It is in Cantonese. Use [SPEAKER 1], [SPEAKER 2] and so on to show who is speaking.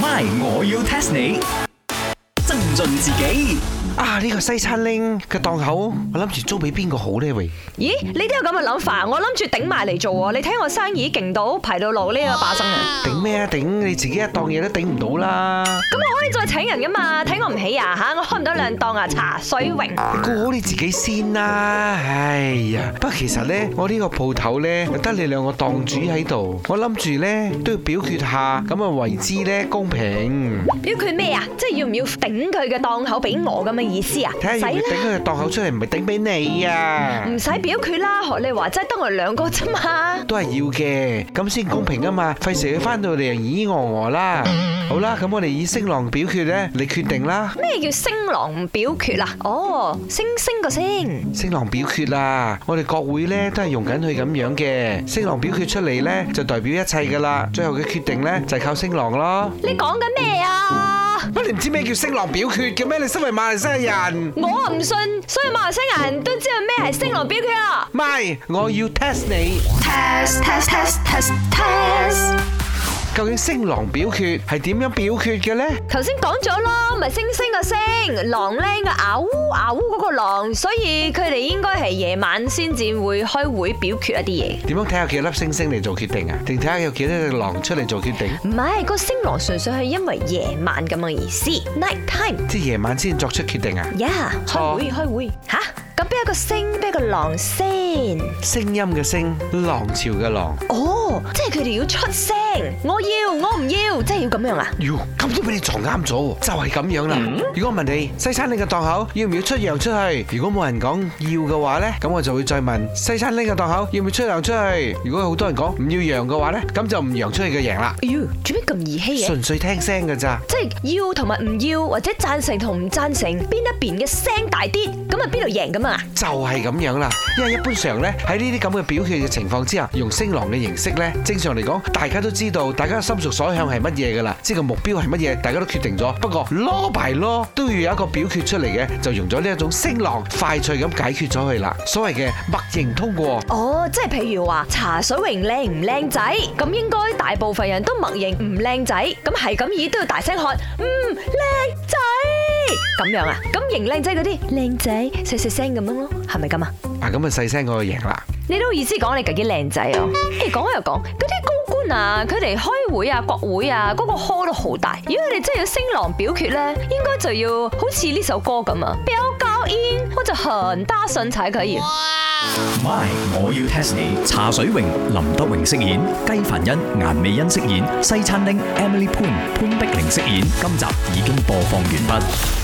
[SPEAKER 1] My，我要 test 你。增進自己
[SPEAKER 2] 啊！呢、個西餐拎嘅檔口，我諗住租俾邊個好呢？喂，
[SPEAKER 3] 咦，你都有咁嘅諗法？我諗住頂埋嚟做喎。你睇我生意勁到排到路呢個把生啊！
[SPEAKER 2] 頂咩啊？頂你自己一檔嘢都頂唔到啦！
[SPEAKER 3] 咁我可以再請人噶嘛？睇我唔起啊嚇！我開唔到兩檔啊！茶水榮，
[SPEAKER 2] 你顧好你自己先啦！哎呀，不過其實呢，我呢個鋪頭呢，得你兩個檔主喺度，我諗住呢都要表決下，咁啊為之呢公平，
[SPEAKER 3] 要佢咩啊？即係要唔要頂佢嘅檔口俾我咁嘅意思啊？
[SPEAKER 2] 睇下要唔要頂
[SPEAKER 3] 使
[SPEAKER 2] 佢嘅檔口出嚟，唔係頂俾你啊！
[SPEAKER 3] 唔使表決啦，學你話齋得我哋兩個啫嘛。
[SPEAKER 2] 都係要嘅，咁先公平啊嘛，費事佢翻到嚟又咦我我啦。好啦，咁我哋以聲浪表決呢，你決定啦。
[SPEAKER 3] 咩叫星郎表決啊？哦，星星個星，
[SPEAKER 2] 星浪表決啦！我哋國會呢都係用緊佢咁樣嘅，星浪表決出嚟呢就代表一切噶啦，最後嘅決定呢就係靠星浪咯。
[SPEAKER 3] 你講緊咩啊？
[SPEAKER 2] 乜你唔知咩叫星浪表決嘅咩？你身為馬來西亞人，
[SPEAKER 3] 我唔信，所以馬來西亞人都知道咩係星郎表決啊啦。
[SPEAKER 2] 咪我要 test 你，
[SPEAKER 3] test test test test test。
[SPEAKER 2] 究竟星浪表決係點樣表決嘅呢？
[SPEAKER 3] 頭先講咗咯，咪星星個星，狼咧個啊烏啊烏嗰個狼，所以佢哋應該係夜晚先至會開會表決一啲嘢。
[SPEAKER 2] 點樣睇下幾多粒星星嚟做決定啊？定睇下有幾多隻狼出嚟做決定？
[SPEAKER 3] 唔係個星狼純粹係因為夜晚咁嘅意思，night time
[SPEAKER 2] 即係夜晚先作出決定啊？
[SPEAKER 3] 呀、yeah,，開會開會吓，咁邊一個星邊一個狼先？
[SPEAKER 2] 聲音嘅聲，浪潮嘅浪。
[SPEAKER 3] 哦，即係佢哋要出聲，我要我唔要，即係要咁樣啊？
[SPEAKER 2] 喲，咁都俾你撞啱咗喎，就係咁樣啦。如果我問你西餐廳嘅檔口要唔要出羊出去，如果冇人講要嘅話呢，咁我就會再問西餐廳嘅檔口要唔要出羊出去。如果好多人講唔要羊嘅話呢，咁就唔羊出去嘅贏啦。
[SPEAKER 3] 哎喲，做咩咁兒戲嘅？啊
[SPEAKER 2] 純粹聽聲㗎咋，
[SPEAKER 3] 即係要同埋唔要，或者贊成同唔贊成，邊一邊嘅聲大啲，咁啊邊度贏咁啊？
[SPEAKER 2] 就係咁樣啦。因為一般上呢，喺呢啲咁嘅表決嘅情況之下，用聲浪嘅形式呢，正常嚟講，大家都知道大家心屬所向係乜嘢㗎啦，即係個目標係乜嘢，大家都決定咗。不過 law by law 都要有一個表決出嚟嘅，就用咗呢一種聲浪快脆咁解決咗佢啦。所謂嘅默認通過。
[SPEAKER 3] 哦，即係譬如話茶水榮靚唔靚仔，咁應該大部分人都默認唔靚仔，咁係咁意都要大聲喝，嗯靚仔咁樣啊？咁型靚仔嗰啲靚仔細細聲咁樣咯，係咪咁啊？
[SPEAKER 2] 啊咁啊細聲嗰個贏啦！
[SPEAKER 3] 你都好意思講你自己靚仔哦？誒講開又講，嗰啲高官啊，佢哋開會啊、國會啊，嗰、個 hall 都好大。如果佢哋真係要升郎表決咧，應該就要好似呢首歌咁啊，表高音或者很大聲才可以。
[SPEAKER 1] ，My，我要 test 你。茶水榮、林德榮飾演，雞凡欣、顏美欣飾演，西餐廳 Emily Poon 潘碧玲飾演。今集已經播放完畢。